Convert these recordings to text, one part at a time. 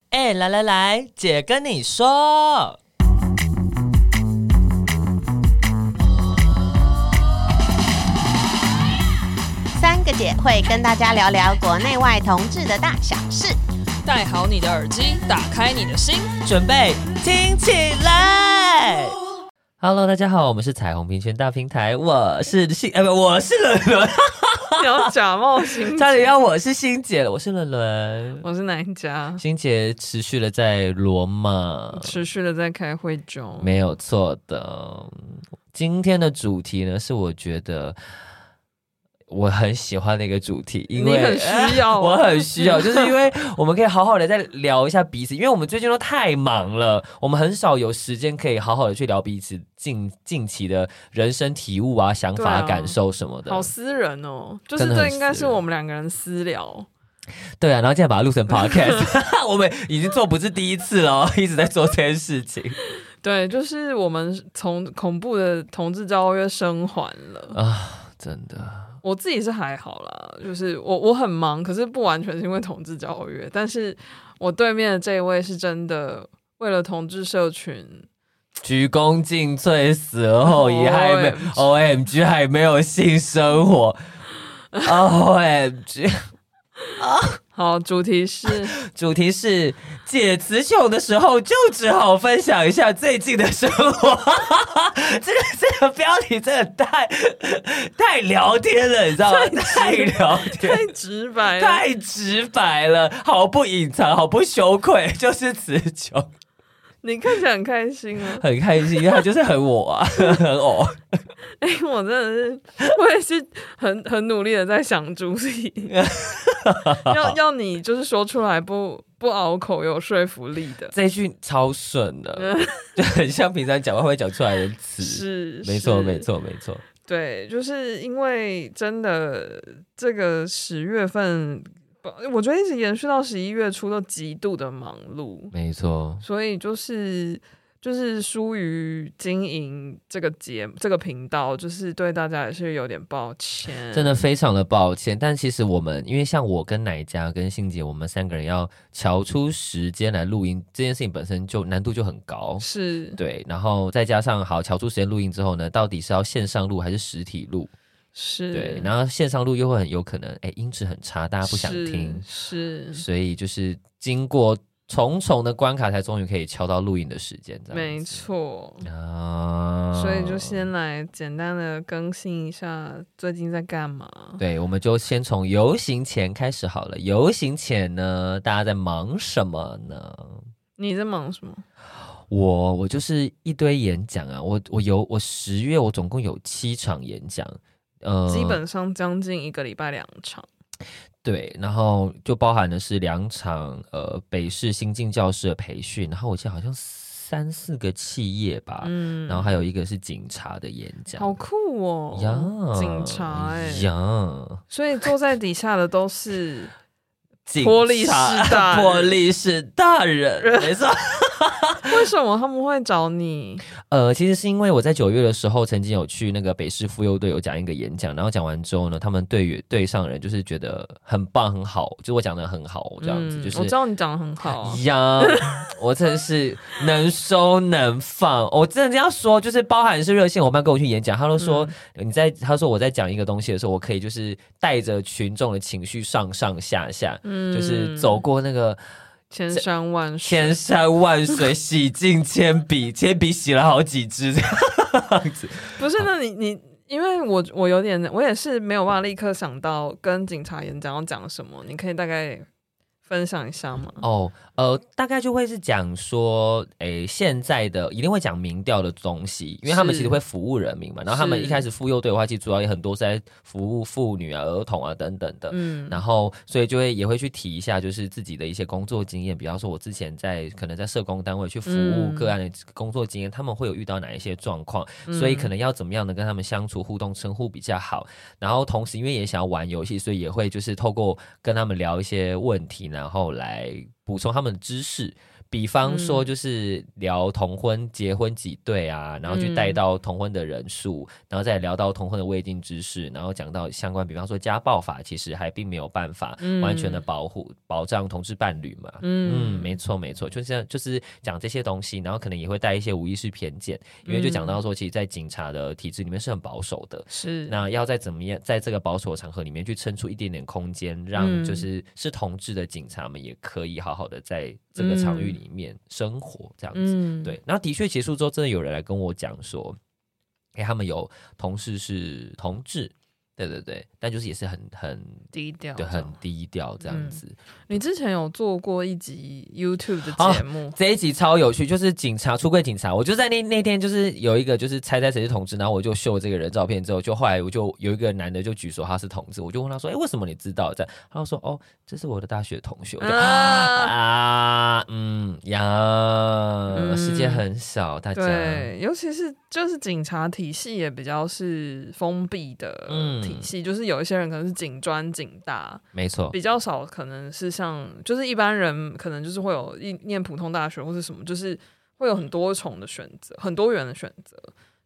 嘿，哎来来来，姐跟你说，三个姐会跟大家聊聊国内外同志的大小事。戴好你的耳机，打开你的心。准备听起来。Hello，大家好，我们是彩虹平权大平台，我是信，哎、不，我是伦伦，你要假冒新差点要我是欣姐了，我是伦伦。我是哪一家？欣姐持续了在罗马，持续的在开会中。没有错的。今天的主题呢，是我觉得我很喜欢的一个主题，因为你很需要啊 我很需 要，就是因为我们可以好好的再聊一下彼此，因为我们最近都太忙了，我们很少有时间可以好好的去聊彼此近近期的人生体悟啊、想法、对啊感受什么的。好私人哦，就是真的很这应该私是人我们两个人私聊。对啊，然后现在把它录 成 podcast，我 们已经做不是第一次了，哦一直在做这件事情 对，就是我们从恐怖的同志邀约生还了。啊，真的。我自己是还好啦，就是我我很忙，可是不完全是因为同志邀约，但是我对面的这一位是真的为了同志社群鞠躬尽瘁，死后也还没哦 O M G 还没有性生 活，O 哦 M G 好，主 题是主题是解词穷的时候就只好分享一下最近的生活， 这个这个标题真的太太聊天了，你知道吗？太聊天。太直白了，太直白了，好不隐藏，好不羞愧，就是词穷，你看起来很开心啊！很开心，因为他就是很我啊， 很我。哎、我真的是，我也是很很努力的在想主题，要要你就是说出来不不拗口有说服力的，这一句超顺的， 就很像平常讲话会讲出来的词。嗯是没错，是没错，没错。对，就是因为真的这个十月份，不我觉得一直延续到十一月初都极度的忙碌，没错，所以就是就是疏于经营这个节这个频道，就是对大家也是有点抱歉，真的非常的抱歉。但其实我们，因为像我跟奶家跟杏姐，我们三个人要瞧出时间来录音，这件事情本身就难度就很高。是对，然后再加上好瞧出时间录音之后呢，到底是要线上录还是实体录？是，对，然后线上录又会很有可能，哎，音质很差，大家不想听，是。是所以就是经过重重的关卡，才终于可以敲到录音的时间，这样没子错，啊，所以就先来简单的更新一下最近在干嘛。对，我们就先从游行前开始好了。游行前呢，大家在忙什么呢？你在忙什么？我我就是一堆演讲啊，我我有我十月我总共有七场演讲，呃，基本上将近一个礼拜两场，对，然后就包含的是两场呃北市新进教师的培训，然后我记得好像三四个企业吧，嗯，啊然后还有一个是警察的演讲，好酷哦，呀，警察哎、呀，所以坐在底下的 都是警玻璃察士 大人玻璃士大 人，没错。为什么他们会找你？呃，其实是因为我在九月的时候曾经有去那个北师妇幼队有讲一个演讲，然后讲完之后呢，他们对于对上人就是觉得很棒很好，就我讲的很好这样子，嗯就是我知道你讲的很好啊、呀，我真的是能收能放。我真的要说，就是包含是热线伙伴跟我去演讲，他都说、你在，他说我在讲一个东西的时候，我可以就是带着群众的情绪上上下下，嗯就是走过那个千山万水，千山万水，洗尽铅笔，铅笔洗了好几支这样子。不是，那你你，因为我我有点，我也是没有办法立刻想到跟警察演讲要讲什么，你可以大概分享一下吗？哦，呃，大概就会是讲说，诶，现在的一定会讲民调的东西，因为他们是其实会服务人民嘛。然后他们是一开始妇幼队的话，其实主要也很多是在服务妇女啊、儿童啊等等的。嗯，然后，所以就会也会去提一下，就是自己的一些工作经验，比方说，我之前在可能在社工单位去服务嗯个案的工作经验，他们会有遇到哪一些状况，所以可嗯能要怎么样的跟他们相处互动称呼比较好。然后同时，因为也想要玩游戏，所以也会就是透过跟他们聊一些问题，然后来补充他们的知识。比方说，就是聊同婚、结婚几对啊，然后去带到同婚的人数，然后再聊到同婚的未定知识，然后讲到相关，比方说家暴法，其实还并没有办法嗯完全的保护、保障同志伴侣嘛。嗯，嗯没错没错，就是就是讲这些东西，然后可能也会带一些无意识偏见，因为就讲嗯到说，其实，在警察的体制里面是很保守的，是那要在怎么样，在这个保守的场合里面去撑出一点点空间，让嗯就是是同志的警察们也可以好好的在这个场域里面生活，这样子。嗯对，然后的确结束之后，真的有人来跟我讲说，哎、他们有同事是同志，对对对，但就是也是很很低调嗯对这很样。低调这样子。你之前有做过一集 YouTube 啊的节目，这一集超有趣，就是警察出柜警察，我就在那那天就是有一个就是猜猜谁是同志，然后我就秀这个人照片之后，就后来我就有一个男的就举手他是同志，我就问他说，哎、为什么你知道这样？他就说，哦，这是我的大学同学，我就啊啊嗯啊呀，嗯世界很小，大家。对，尤其是就是警察体系也比较是封闭的嗯体系，就是有一些人可能是警专、警大，没错，比较少，可能是像就是一般人可能就是会有一念普通大学或是什么，就是会有很多重的选择，很多元的选择。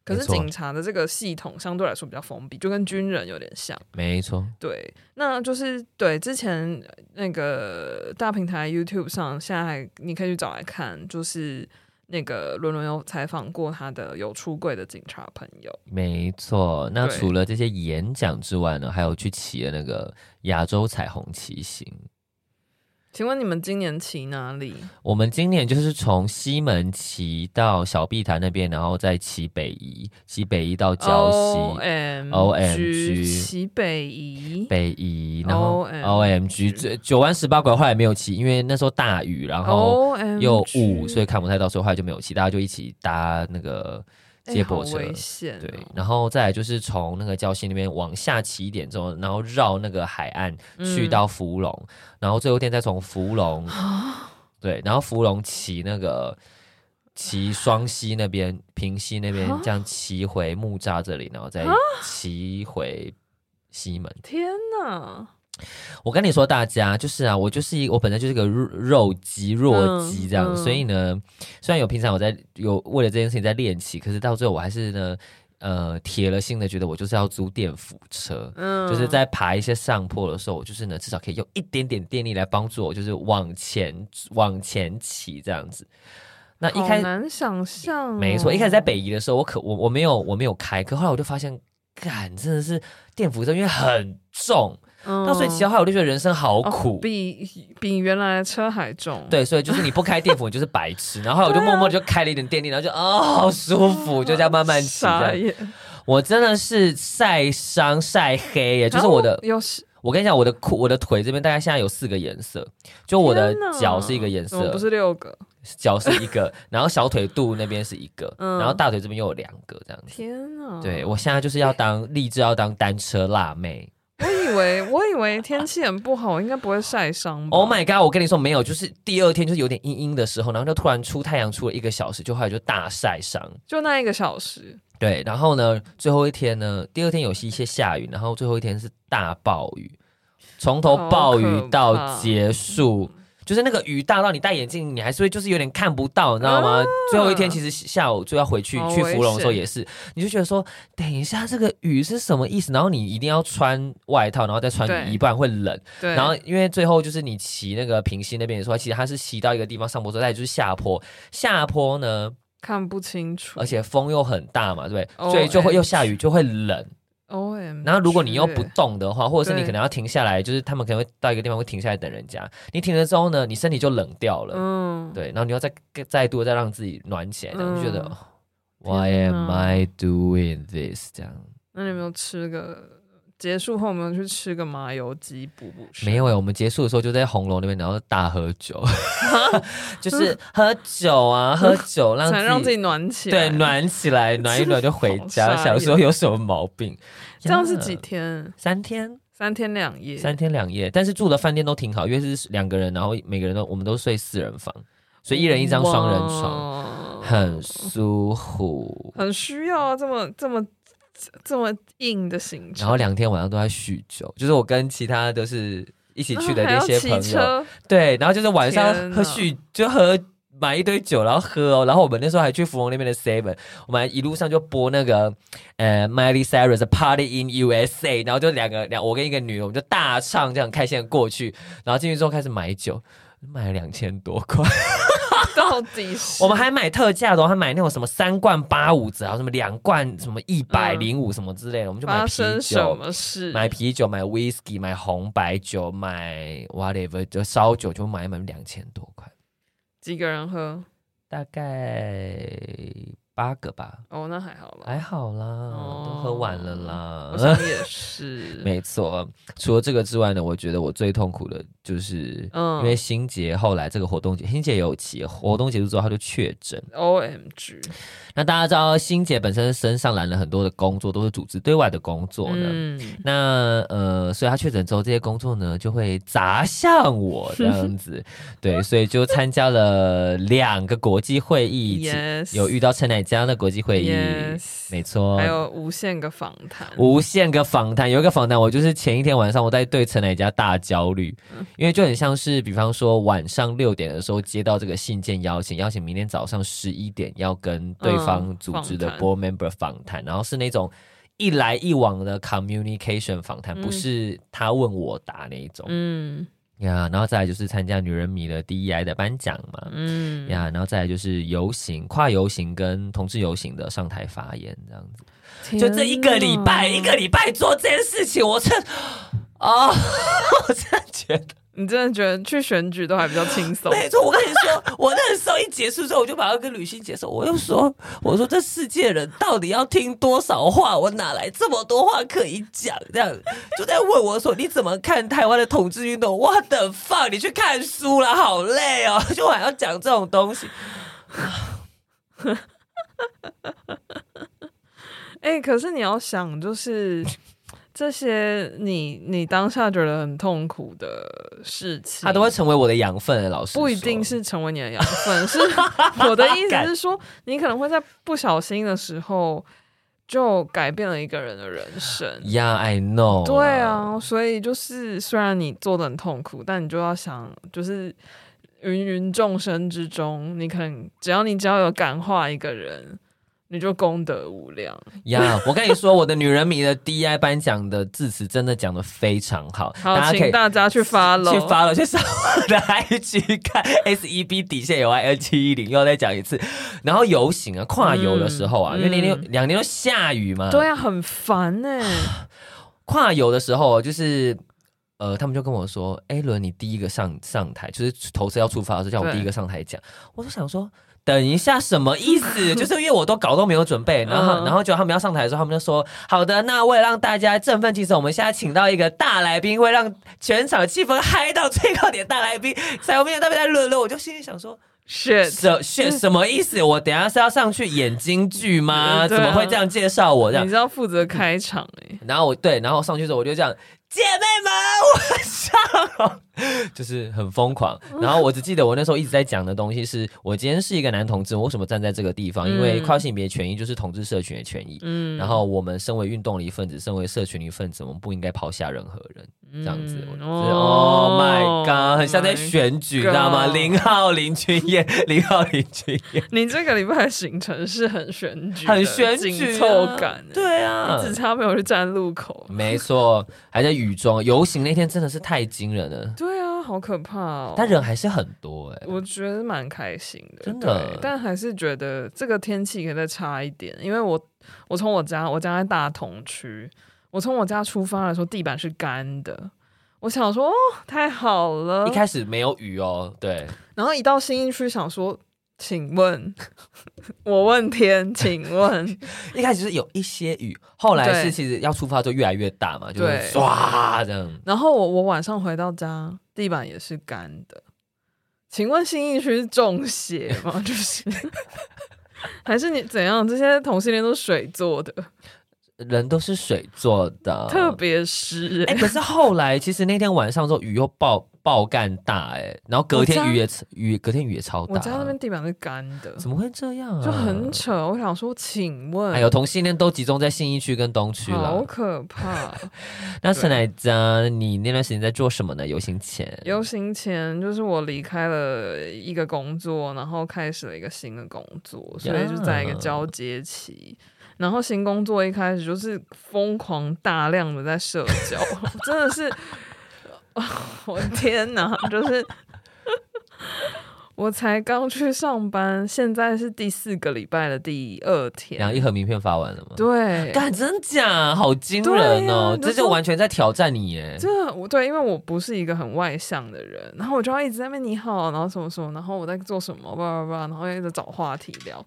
可没是错警察的这个系统相对来说比较封闭，就跟军人有点像。没错，对，那就是对之前呃那个大平台 YouTube 上，现在还你可以去找来看，就是那个伦伦有采访过他的有出柜的警察朋友，没错。那对除了这些演讲之外呢，还有去骑的那个亚洲彩虹骑行。请问你们今年骑哪里？我们今年就是从西门骑到小碧潭那边，然后再骑北宜，骑北宜到礁溪。 O M OMG 西北宜，北宜，然后哦 O M G， OMG 这九弯十八拐后来没有骑，因为那时候大雨，然后 OMG 又雾，所以看不太到，所以后来就没有骑。大家就一起搭那个哎接驳车好，危险哦、对，然后再来就是从那个礁溪那边往下骑一点之后，然后绕那个海岸去到芙蓉，然后最后一天再从芙蓉，啊对，然后芙蓉骑那个骑双溪那边、平溪那边啊，这样骑回木栅这里，然后再骑回西门。天哪，我跟你说，大家就是啊，我就是一我本来就是个肉肉鸡、弱鸡这样，嗯所以呢，虽然有平常我在有为了这件事情在练习，可是到最后我还是呢，呃，铁了心的觉得我就是要租电扶车。嗯，就是在爬一些上坡的时候，我就是呢，至少可以用一点点电力来帮助我，就是往前往前骑这样子。那一开好难想象哦、没错，一开始在北移的时候，我可我我没有我没有开，可后来我就发现，干真的是电扶车，因为很重，嗯，那所以骑到后来我就觉得人生好哦苦。比比原来的车还重，，对，所以就是你不开电扶，你就是白痴。然后后来我就默默地就开了一点电力，然后就哦，好舒服，就这样慢慢骑这傻样。眼，我真的是晒伤晒黑耶，就是我的然后，有是我跟你讲，我的裤、我的腿这边大概现在有四个颜色，就我的天哪脚是一个颜怎么色哦不，是六个，脚是一个，然后小腿肚那边是一个，嗯然后大腿这边又有两个这样子。天哪，对，我现在就是要当立志要当单车辣妹。我以为我以为天气很不好，我应该不会晒伤吧 Oh my god！我跟你说没有，就是第二天就是有点阴阴的时候，然后就突然出太阳出了一个小时，就后来就大晒伤。就那一个小时，对，然后呢，最后一天呢，第二天有一些下雨，然后最后一天是大暴雨，从头好暴可雨到怕结束，就是那个雨大到你戴眼镜，你还是会就是有点看不到，你知道吗？最后一天其实下午就要回去啊好去危芙蓉的时候险也是，你就觉得说，等一下这个雨是什么意思？然后你一定要穿外套，然后再穿对雨衣，不然会冷。对，然后因为最后就是你骑那个平溪那边的时候，其实它是骑到一个地方上坡之后，再就是下坡，下坡呢。看不清楚，而且风又很大嘛，对不对？哦所以就会哎又下雨，就会冷。 O M，然后如果你又不动的话，或者是你对可能要停下来，就是他们可能会到一个地方会停下来等人家。你停了之后呢，你身体就冷掉了，嗯，对。然后你要再再度再让自己暖起来，然后就觉得、嗯哦 Why 天 am 哪 I doing this？这样那你有没有吃个结束后，我们去吃个麻油鸡补补身？没有诶、欸我们结束的时候就在红楼那边，然后大喝酒， 就是喝酒啊，喝 酒让才让自己暖起来。对，暖起 来，暖一暖就回家。好傻想眼说有什么毛病？这样是呀几天？三天？三天两夜。三天两夜，但是住的饭店都挺好，因为是两个人，然后每个人都我们都睡四人房，所以一人一张双人床，床很舒服。很需要啊，这么这么这么硬的行程。然后两天晚上都在酗酒，就是我跟其他都是一起去的然那啊后还些要朋骑友，车，对，然后就是晚上天哪喝酗就喝买一堆酒，然后喝哦。然后我们那时候还去芙蓉那边的 Seven，我们还一路上就播那个呃 Miley Cyrus 的 Party in USA，然后就两个两我跟一个女的，我们就大唱，这样开心的过去。然后进去之后开始买酒，买了两千多块。到 底是我们还买特价的哦，还买那种什么三罐八五折，然嗯后什么两罐什么一百零五什么之类的，我们就买发啤生什酒，么事？买啤酒，买 whisky，买红白酒，买 whatever 就烧酒，就买满两千多块，几个人喝？大概八个吧，哦，那还好啦。还好啦，哦都喝完了我 啦。。想也是没错，除了这个之外呢，我觉得我最痛苦的就是，嗯因为欣杰后来这个活动结，欣杰有结活动结束之后他就确诊， O M G，那大家知道，欣姐本身身上揽了很多的工作，都是组织对外的工作呢。嗯，那呃，所以她确诊之后，这些工作呢就会砸向我这样 子，对，所以就参加了两个国际会 议 Yes 有遇到陈乃佳的国际会议 Yes 没错，还有无限个访谈，无限个访谈，有一个访谈，我就是前一天晚上我在对陈乃佳大焦虑，嗯因为就很像是，比方说晚上六点的时候接到这个信件邀请，邀请明天早上十一点要跟对方组织的嗯 board member 访谈，然后是那种一来一往的 communication 访谈，嗯不是他问我答那一种嗯呀。然后再来就是参加女人迷的 DEI 的颁奖嘛。嗯，呀，然后再来就是游行、跨游行跟同志游行的上台发言这样子。就这一个礼拜，一天哪个礼拜做这件事情，我真啊， 我真的觉得你真的觉得去选举都还比较 轻松，没错。我跟你说，我那时候一结束之后，我就马上跟吕欣结束，我就说，我说这世界人到底要听多少话？我哪来这么多话可以讲？这样就在问我说，你怎么看台湾的统治运动？我的放你去看书啦，好累哦， 就还要讲这种东西。哎、可是你要想，就是 这些你你当下觉得很痛苦的事情，它都会成为我的养分，老师不一定是成为你的养分，是我的意思是说，你可能会在不小心的时候就改变了一个人的人生。 Yeah, I know。对，啊，所以就是虽然你做的很痛苦，但你就要想，就是芸芸众生之中，你可能只要你只要有感化一个人，你就功德无量。呀我跟你说，我的女人迷的 DI 颁奖的致辞真的讲的非常好，好，大家可请以。大家去发喽，去发了，去上我的 IG 看 S E B 底线有 I N 七一零，又要再讲一次。然后游行啊，跨游的时候啊，嗯因为那天两天都下雨嘛，对啊，很 烦呢、跨游的时候就是。呃，他们就跟我说：“哎，伦，你第一个上上台，就是投车要出发的时候，叫我对第一个上台讲。”我就想说，等一下什么意思？ 就是因为我都搞都没有准备，然后、嗯然后就他们要上台的时候，他们就说：“好的，那为了让大家振奋精神，我们现在请到一个大来宾，会让全场气氛嗨到最高点。”大来宾在我面前特别在伦伦，我就心里想 说：“是什什什么意思？我等一下是要上去演京剧吗？嗯对怎啊么会这样介绍我？嗯这样你知道负责开场哎、然后我对，然后上去之后我就这样，姐妹们，我上 了，就是很疯狂。嗯然后我只记得我那时候一直在讲的东西是，我今天是一个男同志，我为什么站在这个地方？因为嗯跨性别权益就是同志社群的权益。嗯，然后我们身为运动的一份子，身为社群的一份子，我们不应该抛下任何人。这这样子，我就是哦 my god，很像在。选举，知道吗？哦，Oh God 零号林君燕，零号林君燕，你这个礼拜的行程是很选举的，很选举紧啊凑感欸、对啊，只差没有去站路口。没错，还在雨中游行那天真的是太惊人了， 对啊，好可怕哦！但人还是很多哎、我觉得蛮开心的，真的对但还是觉得这个天气可以再差一点，因为我我从我家，我家在大同区，我从我家出发的时候，地板是干的。我想说，哦，太好了一。开始没有雨哦，对，然后一到新一区，想说，请问， 我问天，请 问，一开始是有一些雨，后来是对其实要出发就越来越大嘛，就是对唰这样。然后我我晚上回到家，地板也是干的。请问新一区是中邪吗？ 就是还是你怎样？这些同性恋都是水做的，人都是水做的，特别湿、哎哎、可是后来其实那天晚上之后雨又暴爆干大哎、然后隔天我家雨也雨隔天雨也超我大，家那边地板是干的，怎么会这样、啊？就很扯。我想说，请问，哎呦，同性恋都集中在信义区跟东区好了。可怕！那陈乃真，你那段时间在做什么呢？游行前，游行前就是我离开了一个工作，然后开始了一个新的工作，所以就在一个交接期。然后新工作一开始就是疯狂大量的在社交， 真的是，我的天哪！就是我才刚去上班，现在是第四个礼拜的第二然后天，一盒名片发完了吗？对，干，真假？好惊人哦！对这啊就完全在挑战你耶。这我对，因为我不是一个很外向的人，然后我就要一直在那边你好，然后什么什么，然后我在做什么，叭叭叭，然后一直找话题聊，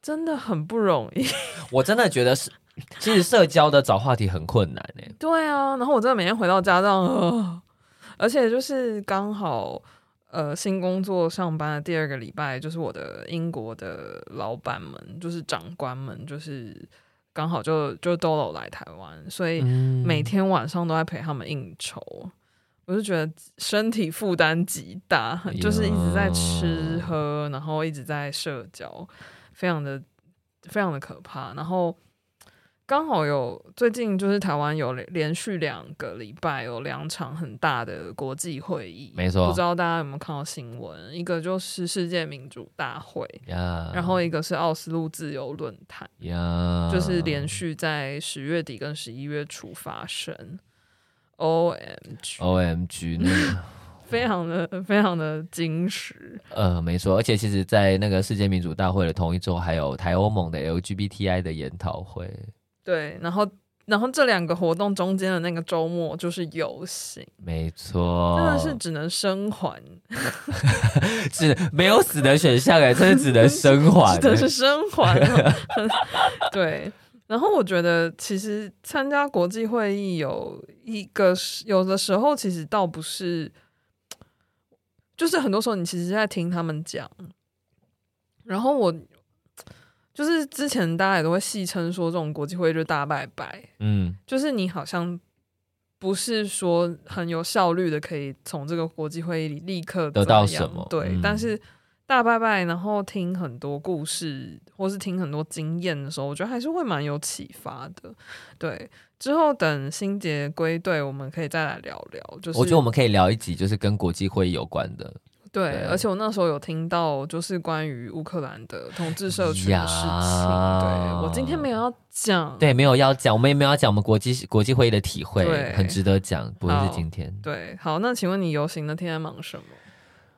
真的很不容易。 我真的觉得是，其实社交的找话题很困难哎。对啊，然后我真的每天回到家这样，呃而且就是刚好呃新工作上班的第二个礼拜，就是我的英国的老板们，就是长官们，就是刚好就就都有来台湾，所以嗯每天晚上都在陪他们应酬，我就觉得身体负担极大哎，呀就是一直在吃喝，然后一直在社交，非常的非常的可怕。然后刚好有最近就是台湾有连连续两个礼拜有两场很大的国际会议，没错不知道大家有没有看到新闻？一个就是世界民主大会，呀，然后一个是奥斯陆自由论坛。呀，就是连续在十月底跟十一月初发生。O M G，、 O M G 那个非常的非常的惊实，呃，没错，而且其实，在那个世界民主大会的同一周，还有台欧盟的 LGBTI 的研讨会，对。然后然后这两个活动中间的那个周末就是游行，没错，真的是只能生还，是没有死的选项哎，真的只能生 还，真的是生还、 啊。对。然后我觉得，其实参加国际会议有一个是有的时候，其实倒不是，就是很多时候你其实是在听他们讲，然后我就是之前大家也都会戏称说，这种国际会议就是大拜拜，嗯，就是你好像不是说很有效率的，可以从这个国际会议里立刻得到怎样什么对，嗯但是大拜拜，然后听很多故事，或是听很多经验的时候，我觉得还是会蛮有启发的。对，之后等新杰归队，我们可以再来聊聊。就是我觉得我们可以聊一集，就是跟国际会议有关的对，对而且我那时候有听到，就是关于乌克兰的同志社群呀的事情。对我今天没有要讲，对，没有要讲，我们也没有要讲我们国际国际会议的体会，对很值得讲，不会是今天。对，好，那请问你游行那天在忙什么？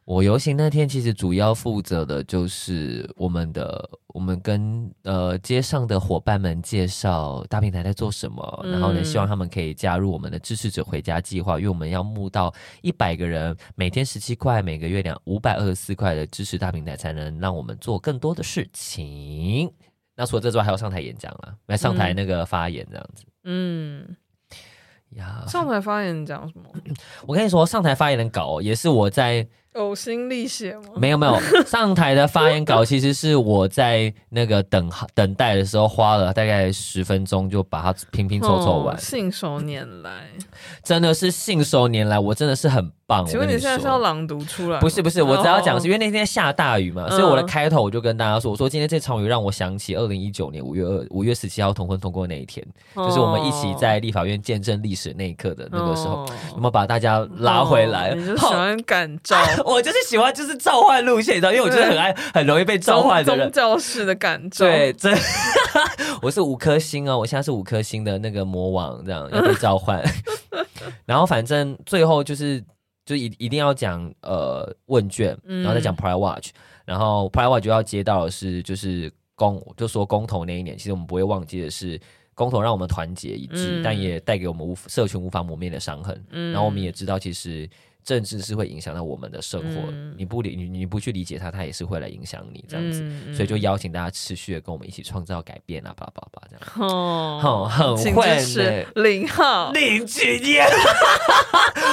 我游行那天其实主要负责的就是我们的，我们跟呃街上的伙伴们介绍大平台在做什么，然后呢，嗯希望他们可以加入我们的支持者回家计划，因为我们要募到一百个人，每天十七块，每个月两五百二十四块的支持大平台，才能让我们做更多的事情。那除了这之外，还要上台演讲啦，来上台嗯那个发言这样子嗯。呀。上台发言讲什么？我跟你说，上台发言的稿哦也是我在 呕心沥血吗？没有没 有上台的发言稿，其实是我在那个等等待的时候花了大概十分钟就把它拼拼凑凑完嗯哦，信手拈来。真的是信手拈来，我真的是很棒。请我问跟你你现在是要说。朗读出来吗？不是不是，我只要讲哦是因为那天下大雨嘛，嗯所以我的开头我就跟大家说，我说今天这场雨让我想起二零一九年五月二五月十七号同婚通过那一天，哦就是我们一起在立法院见证历史那一刻的那个时候，哦有没有把大家拉回来？哦你就喜好欢感召我就是喜欢就是召唤路线，你知道，因为我就是很爱很容易被 召唤的宗人宗。教式的感召。对，真， 我是五颗星哦，我现在是五颗星的那个魔王，这样要被召唤。 然后反正最后就是就一一定要讲呃问卷，然后再讲嗯 Pride Watch，、然后 Pride Watch 要接到的是就是公就说公投那一年，其实我们不会忘记的是。公投让我们团结一致，嗯但也带给我们无社群无法磨灭的伤痕。嗯然后我们也知道，其实政治是会影响到我们的生活。嗯你不理你，你不去理解它，它也是会来影响你这样子。嗯所以就嗯邀请大家持续的跟我们一起创造改变啊，叭叭叭这样。哦，很很请会支持呢零号。林俊杰，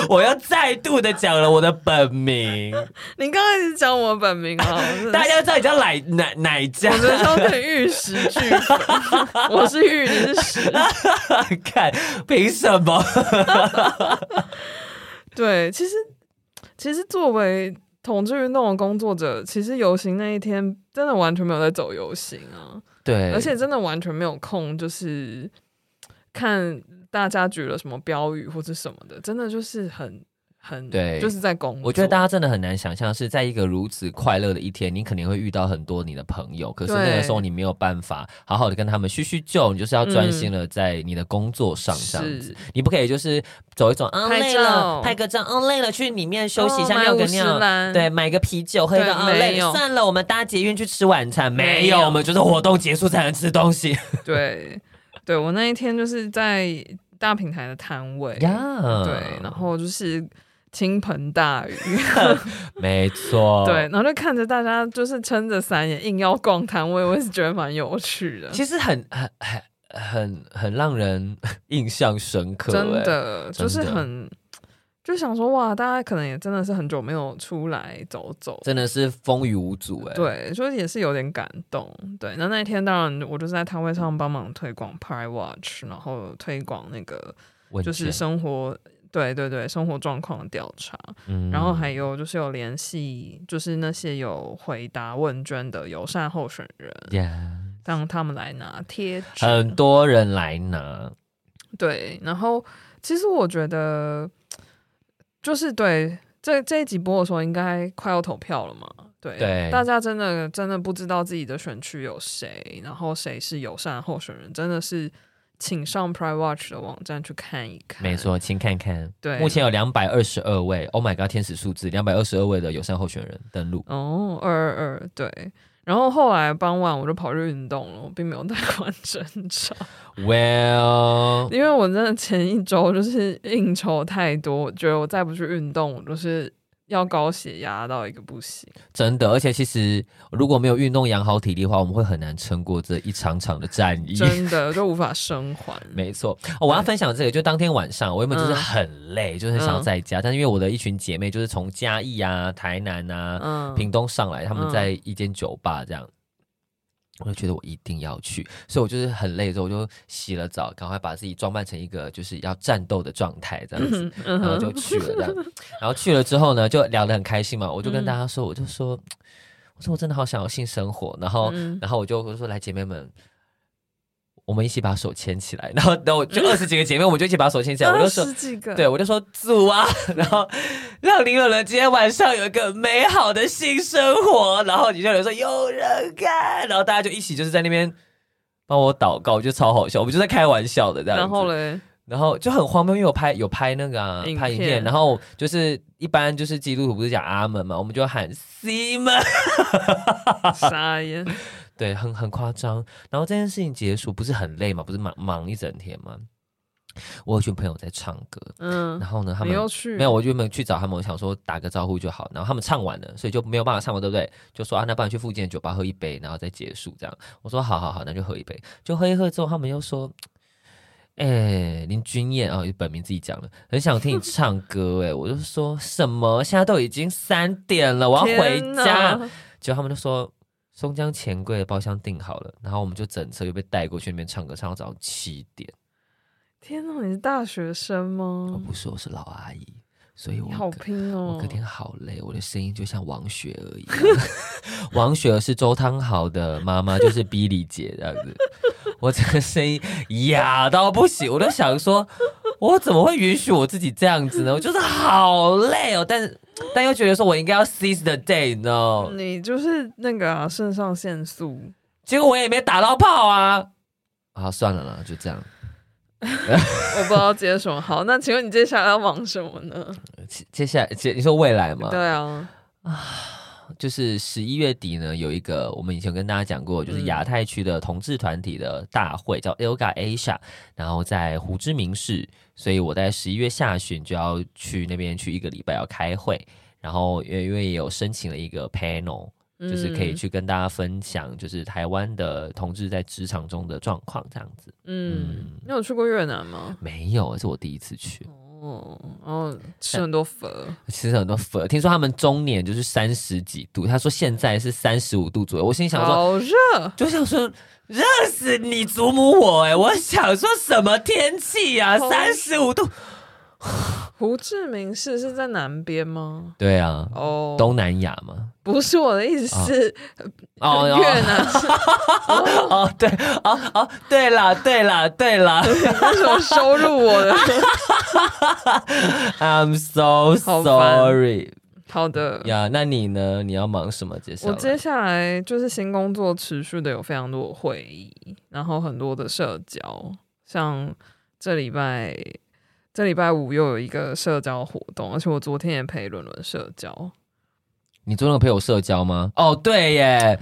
我又再度的讲了我的本名，你刚开始讲我本名啊，我真的大家都知道你叫奶奶奶家 我，们都是玉石俱焚，我是玉，你是石。看凭什么？对，其实其实作为同志运动的工作者，其实游行那一天真的完全没有在走游行啊，对，而且真的完全没有空，就是看大家举了什么标语或者什么的，真的就是很很对就是在工作。我觉得大家真的很难想象，是在一个如此快乐的一天，你肯定会遇到很多你的朋友，可是那个时候你没有办法好好的跟他们叙叙旧，你就是要专心的在你的工作上这样子，嗯是你不可以就是走一走，啊拍累照了，拍个照，啊累了，去里面休息一下，哦尿个买50尿，兰对，买个啤酒喝一个，对啊没累有了，算了，我们搭捷运去吃晚餐，没没有有，我们就是活动结束才能吃东西对，对我那一天就是在大平台的摊位呀，对，然后就是倾盆大雨，没错，对，。然后就看着大家就是撑着伞也硬要逛摊位，我也是觉得蛮有趣的。其实很很很很很让人印象深刻、真欸的就是真的很，就想说哇，大家可能也真的是很久没有出来走走，真的是风雨无阻哎、欸。，对，就是也是有点感动。对，那那一天当然我就是在摊位上帮忙推广 Pride Watch，然后推广那个文就是件生活，对对对，生活状况的调查，嗯然后还有就是有联系，就是那些有回答问卷的友善候选人， Yeah，让他们来拿贴纸，很多人来拿，对，然后其实我觉得，就是对这这一集播的时候，应该快要投票了嘛。对，对大家真的真的不知道自己的选区有谁，然后谁是友善候选人，真的是请上 Pride Watch 的网站去看一看。没，错，请看看。对，目前有两百二十二位，Oh my god，天使数字两百二十二位的友善候选人登录。哦，二二二，对。然后后来傍晚我就跑去运动了，我并没有 带完整照， Well，因为我真的前一周就是应酬太多，我觉得我再不去运动，我就是要高血压到一个不行。真的，而且其实如果没有运动养好体力的话，我们会很难撑过这一场场的战役。真的就无法生还。 没错、哦我要分享这个，就当天晚上，我原本就是嗯很累，就是很想要在家，但是因为我的一群姐妹就是从嘉义啊、台南啊、嗯，屏东上来，他们嗯在一间酒吧这样。我就觉得我一定要去，所以我就是很累之后，我就洗了澡，赶快把自己装扮成一个就是要战斗的状态这嗯样子，然后就去了这样。 然后去了之后呢，就聊得很开心嘛，我就嗯跟大家说，我就说，我说我真的好想要性生活，然后嗯然后我就我就说来姐妹们，我们一起把手牵起来，然后然后我就 二十几个姐妹，我们就一起把手牵起来，我就说十几个，对，我就说祝 啊，然后让林有人今天晚上有一个美好的新生活，然后你就有人说有人干，然后大家就一起就是在那边帮我祷告，就超好笑，我们就在开玩笑的这样。然后， 嘞，然后就很荒谬，因为有拍有拍那个、啊、影拍影片片，然后就是一般就是基督徒不是讲阿门嘛，我们就喊 C 门， 傻眼，对，很很夸张。然后这件事情结束不是很累嘛，不是忙忙一整天嘛。我有一群朋友在唱歌，嗯然，后呢，他你们又去，没有，我原本去找他们，我想说打个招呼就好，然后他们唱完了，所以就没有办法唱了，对不对？就说啊，那不然去附近的酒吧喝一杯，然后再结束这样。我说好好好，那就喝一杯。就喝一喝之后，他们又说，哎、林君燕啊、哦，本名自己讲了，很想听你唱歌哎，我就说什么？现在都已经三点了，我要回天家。哪，结果他们就说。松江钱柜的包厢订好了，然后我们就整车又被带过去那边唱歌，唱到早上七点。天哪，你是大学生我吗？不是，我是老阿姨，所以我你好跟拼我哦隔，天好累，我的声音就像王雪儿一样。 王雪儿是周汤豪的妈妈，就是比利姐这样子。我整个声音哑到不行，我都想说，我怎么会允许我自己这样子呢？我就是好累哦，但但又觉得说我应该要 seize the day，你知道？你就是那个啊，肾上腺素，结果我也没打到炮啊。啊，算了啦，就这样。我不知道接什么好。那请问你接下来要忙什么呢？接接下来，接你说未来吗？对啊，就是十一月底呢，有一个我们以前有跟大家讲过，就是嗯亚太区的同志团体的大会，叫 ILGA Asia，然后在胡志明市，所以我在十一月下旬就要去那边去一个礼拜要开会，然后因为因为也有申请了一个 panel，就是可以嗯去跟大家分享，就是台湾的同志在职场中的状况这样子。嗯，嗯嗯，你有去过越南吗？没有，是我第一次去。哦，然后吃很多粉，其实很多粉，听说他们中年就是三十几度，他说现在是三十五度左右。我心里想说，好热，就想说热死你祖母我哎、我想说什么天气呀、啊？好三十五度，胡志明市是在南边吗？对啊，哦，东南亚嘛。不是我的意思是哦越南， 哦哦，对，哦哦，对啦，对啦，对啦为什么收入我的？ ，I'm so 好烦 sorry 好的，呀。那你呢？你要忙什么？接下我来接下来就是新工作，持续的有非常多的会议，然后很多的社交，像这礼拜这礼拜五又有一个社交活动，而且我昨天也陪伦伦社交，你昨天有陪我社交吗？哦，对耶，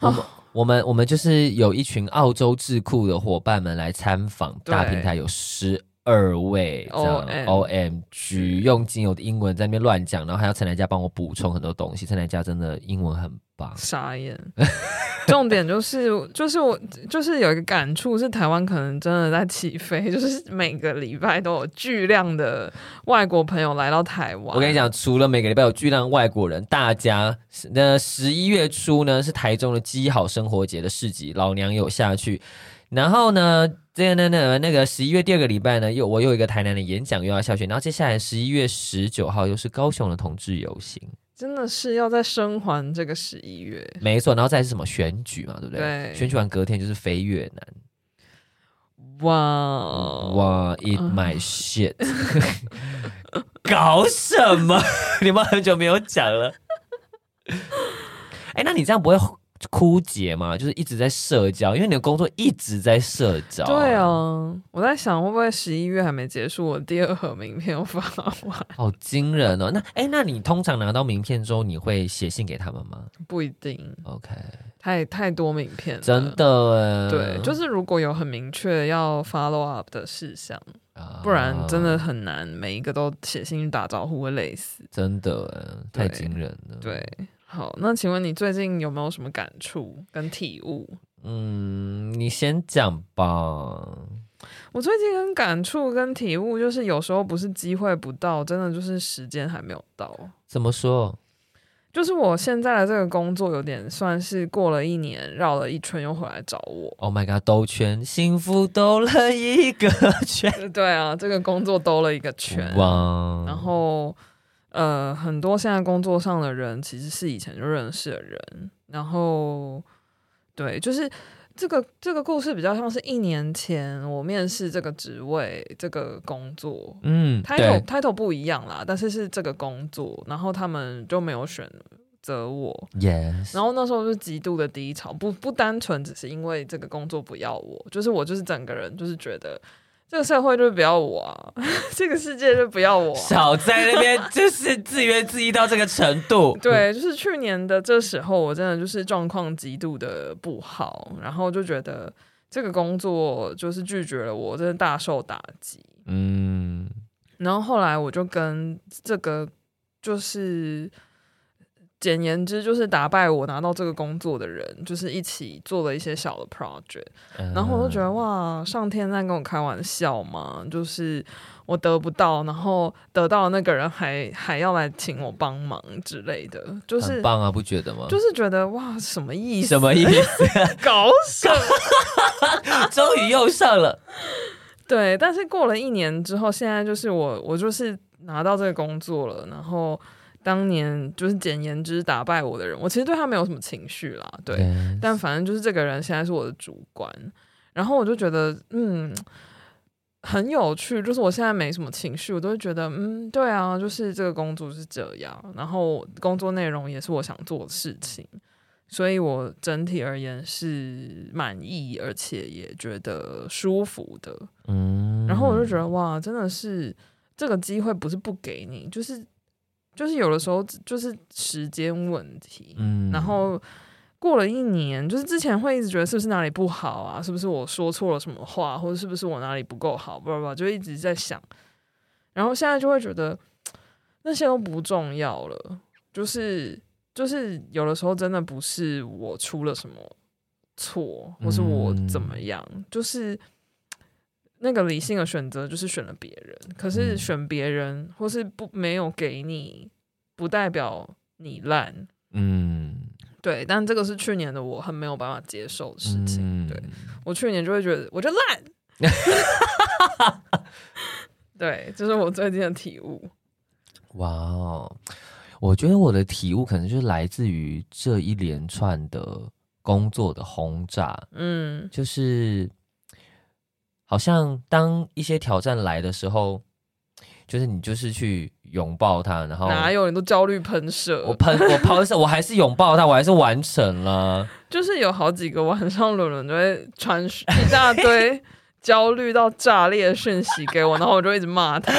我们、我们我们就是有一群澳洲智库的伙伴们来参访对大平台，有十二位这样 OM 哦 O M G，用仅有的英文在那边乱讲，然后还要陈乃佳帮我补充很多东西。陈乃佳真的英文很棒，傻眼。 重点就是，就是我，就是有一个感触是，台湾可能真的在起飞，就是每个礼拜都有巨量的外国朋友来到台湾。我跟你，讲，除了每个礼拜有巨量的外国人，大家那十一月初呢是台中的基好生活节的市集，老娘有下去。然后呢，这个那那那个十一月第二个礼拜呢，又我又有一个台南的演讲又要下去，然后接下来十一月十九号又是高雄的同志游行，真的是要在生还这个十一月，没错。然后再是什么选举嘛，对不对？对选举完隔天就是飞越南，哇哇，eat my shit，搞什么？ 你们很久没有讲了。 哎、那你这样不会枯竭吗？就是一直在社交，因为你的工作一直在社交。对，啊，我在想会不会十一月还没结束，我第二盒名片又发完，好惊人哦。那哎、那你通常拿到名片之后，你会写信给他们吗不一定， ？OK，太太多名片了，真。的哎，呃对，就是如果有很明确要 follow up 的事项，不然真的啊很难每一个都写信去打招呼会累死。真的哎，太对惊人了。对，好，那请问你最近有没有什么感触跟体悟？嗯，你先讲吧。我最近跟感触跟体悟就是，有时候不是机会不到，真的就是时间还没有到。怎么说？就是我现在的这个工作有点算是过了一年，绕了一圈又回来找我。 Oh my god，兜圈，幸福兜了一个圈。对啊，这个工作兜了一个圈，哇！然后呃，很多现在工作上的人其实是以前就认识的人，然后对，就是这个这个故事比较像是一年前我面试这个职位这个工作。嗯， title 对， title 不一样啦，但是是这个工作，然后他们就没有选择我， ，yes，然后那时候就是极度的低潮，不不单纯只是因为这个工作不要我，就是我就是整个人就是觉得这个社会就是不要我啊， 这个世界就不要我、啊。少在那 边就是自怨自艾到这个程度。对，就是去年的这时候，我真的就是状况极度的不好，然后就觉得这个工作就是拒绝了我，真的大受打击。嗯，然后后来我就跟这个就是。简言之，就是打败我拿到这个工作的人，就是一起做了一些小的 project，嗯，然后我就觉得哇，上天在跟我开玩笑嘛，就是我得不到，然后得到的那个人还还要来请我帮忙之类的，就是很棒啊，不觉得吗？就是觉得哇，什么意思？什么意思？ 搞什么？ 终于又上了。对，但是过了一年之后，现在就是我我就是拿到这个工作了，然后当年就是简言之打败我的人，我其实对他没有什么情绪啦，对， Yes，但反正就是这个人现在是我的主管，然后我就觉得嗯很有趣，就是我现在没什么情绪，我都会觉得嗯对啊，就是这个工作是这样，然后工作内容也是我想做的事情，所以我整体而言是满意，而且也觉得舒服的。嗯然后我就觉得哇，真的是这个机会不是不给你，就是就是有的时候就是时间问题，嗯然后过了一年，就是之前会一直觉得是不是哪里不好啊，是不是我说错了什么话，或者是不是我哪里不够好，不不不，就一直在想。然后现在就会觉得那些都不重要了，就是就是有的时候真的不是我出了什么错，或是我怎么样，就是。那个理性的选择就是选了别人，可是嗯选别人或是不没有给你，不代表你烂，嗯对，但这个是去年的我很没有办法接受的事情。嗯 对我去年就会觉得我就烂，对，这是我最近的体悟。哇哦，我觉得我的体悟可能就是来自于这一连串的工作的轰炸，嗯就是好像当一些挑战来的时候，就是你就是去拥抱它，然后哪有你都焦虑喷我射？喷我抛射，我还是拥抱它，我还是完成了。就是有好几个晚上，伦伦就会传一大 堆焦虑到炸裂的讯息给我，然后我就一直骂他，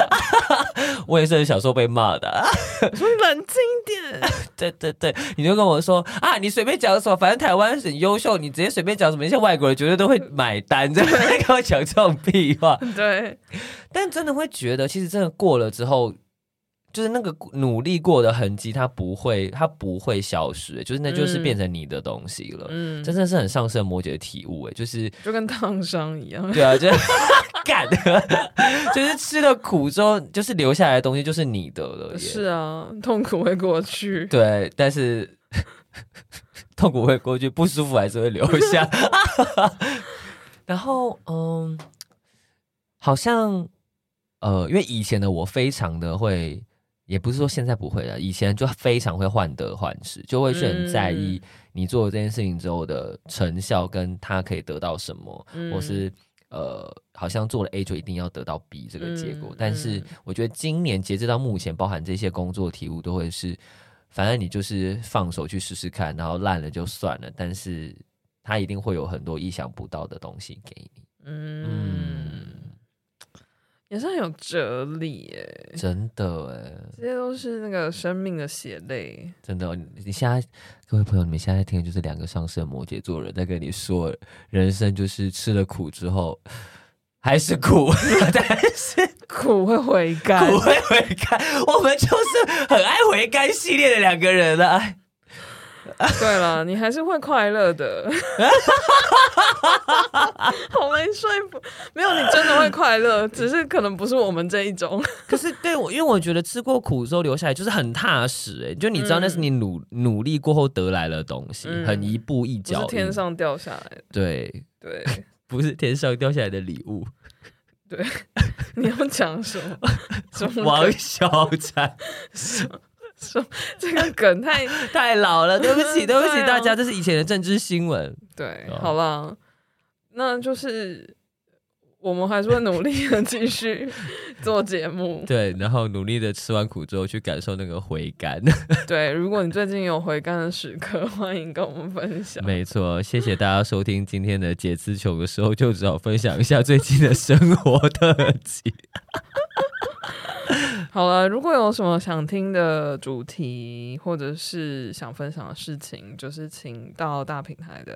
我也是很享受被骂的、啊我说你冷静一点。对对对，你就跟我说啊，你随便讲什么，反正台湾很优秀，你直接随便讲什么，那些外国人绝对都会买单，在那 边跟我讲这种屁话。对，但真的会觉得，其实真的过了之后，就是那个努力过的痕迹，它不会，它不会消失，欸就是那就是嗯变成你的东西了。嗯，真的是很上升摩羯的体悟，哎，就是就跟烫伤一样。对啊，就是 干，就是吃了苦之后，就是留下来的东西就是你的了耶。是啊，痛苦会过去。对，但是痛苦会过去，不舒服还是会留下。 然后，嗯，好像呃，因为以前的我非常的会，也不是说现在不会了，以前就非常会患得患失，就会去很在意嗯你做了这件事情之后的成效，跟他可以得到什么，嗯或是。呃，好像做了 A 就一定要得到 B 这个结果，嗯但是嗯我觉得今年截至到目前，包含这些工作题目都会是反正你就是放手去试试看，然后烂了就算了，但是它一定会有很多意想不到的东西给你。嗯，嗯，也是很有哲理耶。真的哎，这些都是那个生命的血泪。真的哦，你你现在各位朋友，你们现在听的就是两个上升摩羯座的人在跟你说，人生就是吃了苦之后还是苦， 但是苦会回甘苦，会回甘，我们就是很爱回甘系列的两个人了、哎 对了，你还是会快乐 的。好没说服，没有你真的会快 乐，只是可能不是我们这一种。 可是对我，因为我觉得吃过苦之后留下来就是很踏实、哎，就你知道那是你努、努力过后得来的东西，嗯很一步一不脚是印，天上掉下来的，对， 对，不是天上掉下来的礼物。你要讲什 么？什么王梗？小婵什么 这个梗太 太老了，对不 起，对不起对啊大家，这是以前的政治新闻。对，哦好啦，那就是我们还是会努力的继续做节目。对，然后努力的吃完苦之后去感受那个回甘。 对，如果你最近有回甘的时刻， 欢迎跟我们分 享。没错，谢谢大家收听今天的解词穷的时候，就只好分享一下最近的生活特辑。好了，如果有什么想听的主题，或者是想分享的事情，就是请到大平台的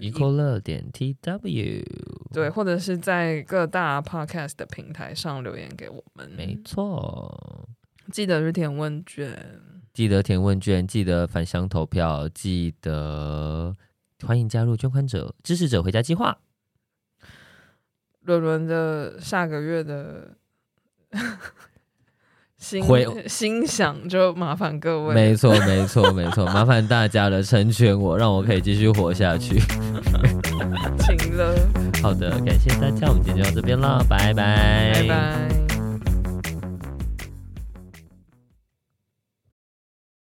一扣乐点 T W，对，或者是在各大 podcast 的平台上留言给我没们。错，记得去填问卷，记得填问卷，记得返乡投票，记得欢迎加入捐款者支持者回家计划。伦伦的下个月的 心回心想，就麻烦各位。没错，没错，没错，麻烦大家了，成全我，让我可以继续活下去。情了，好的，感谢大家，我们今天就到这边了，拜拜，拜拜。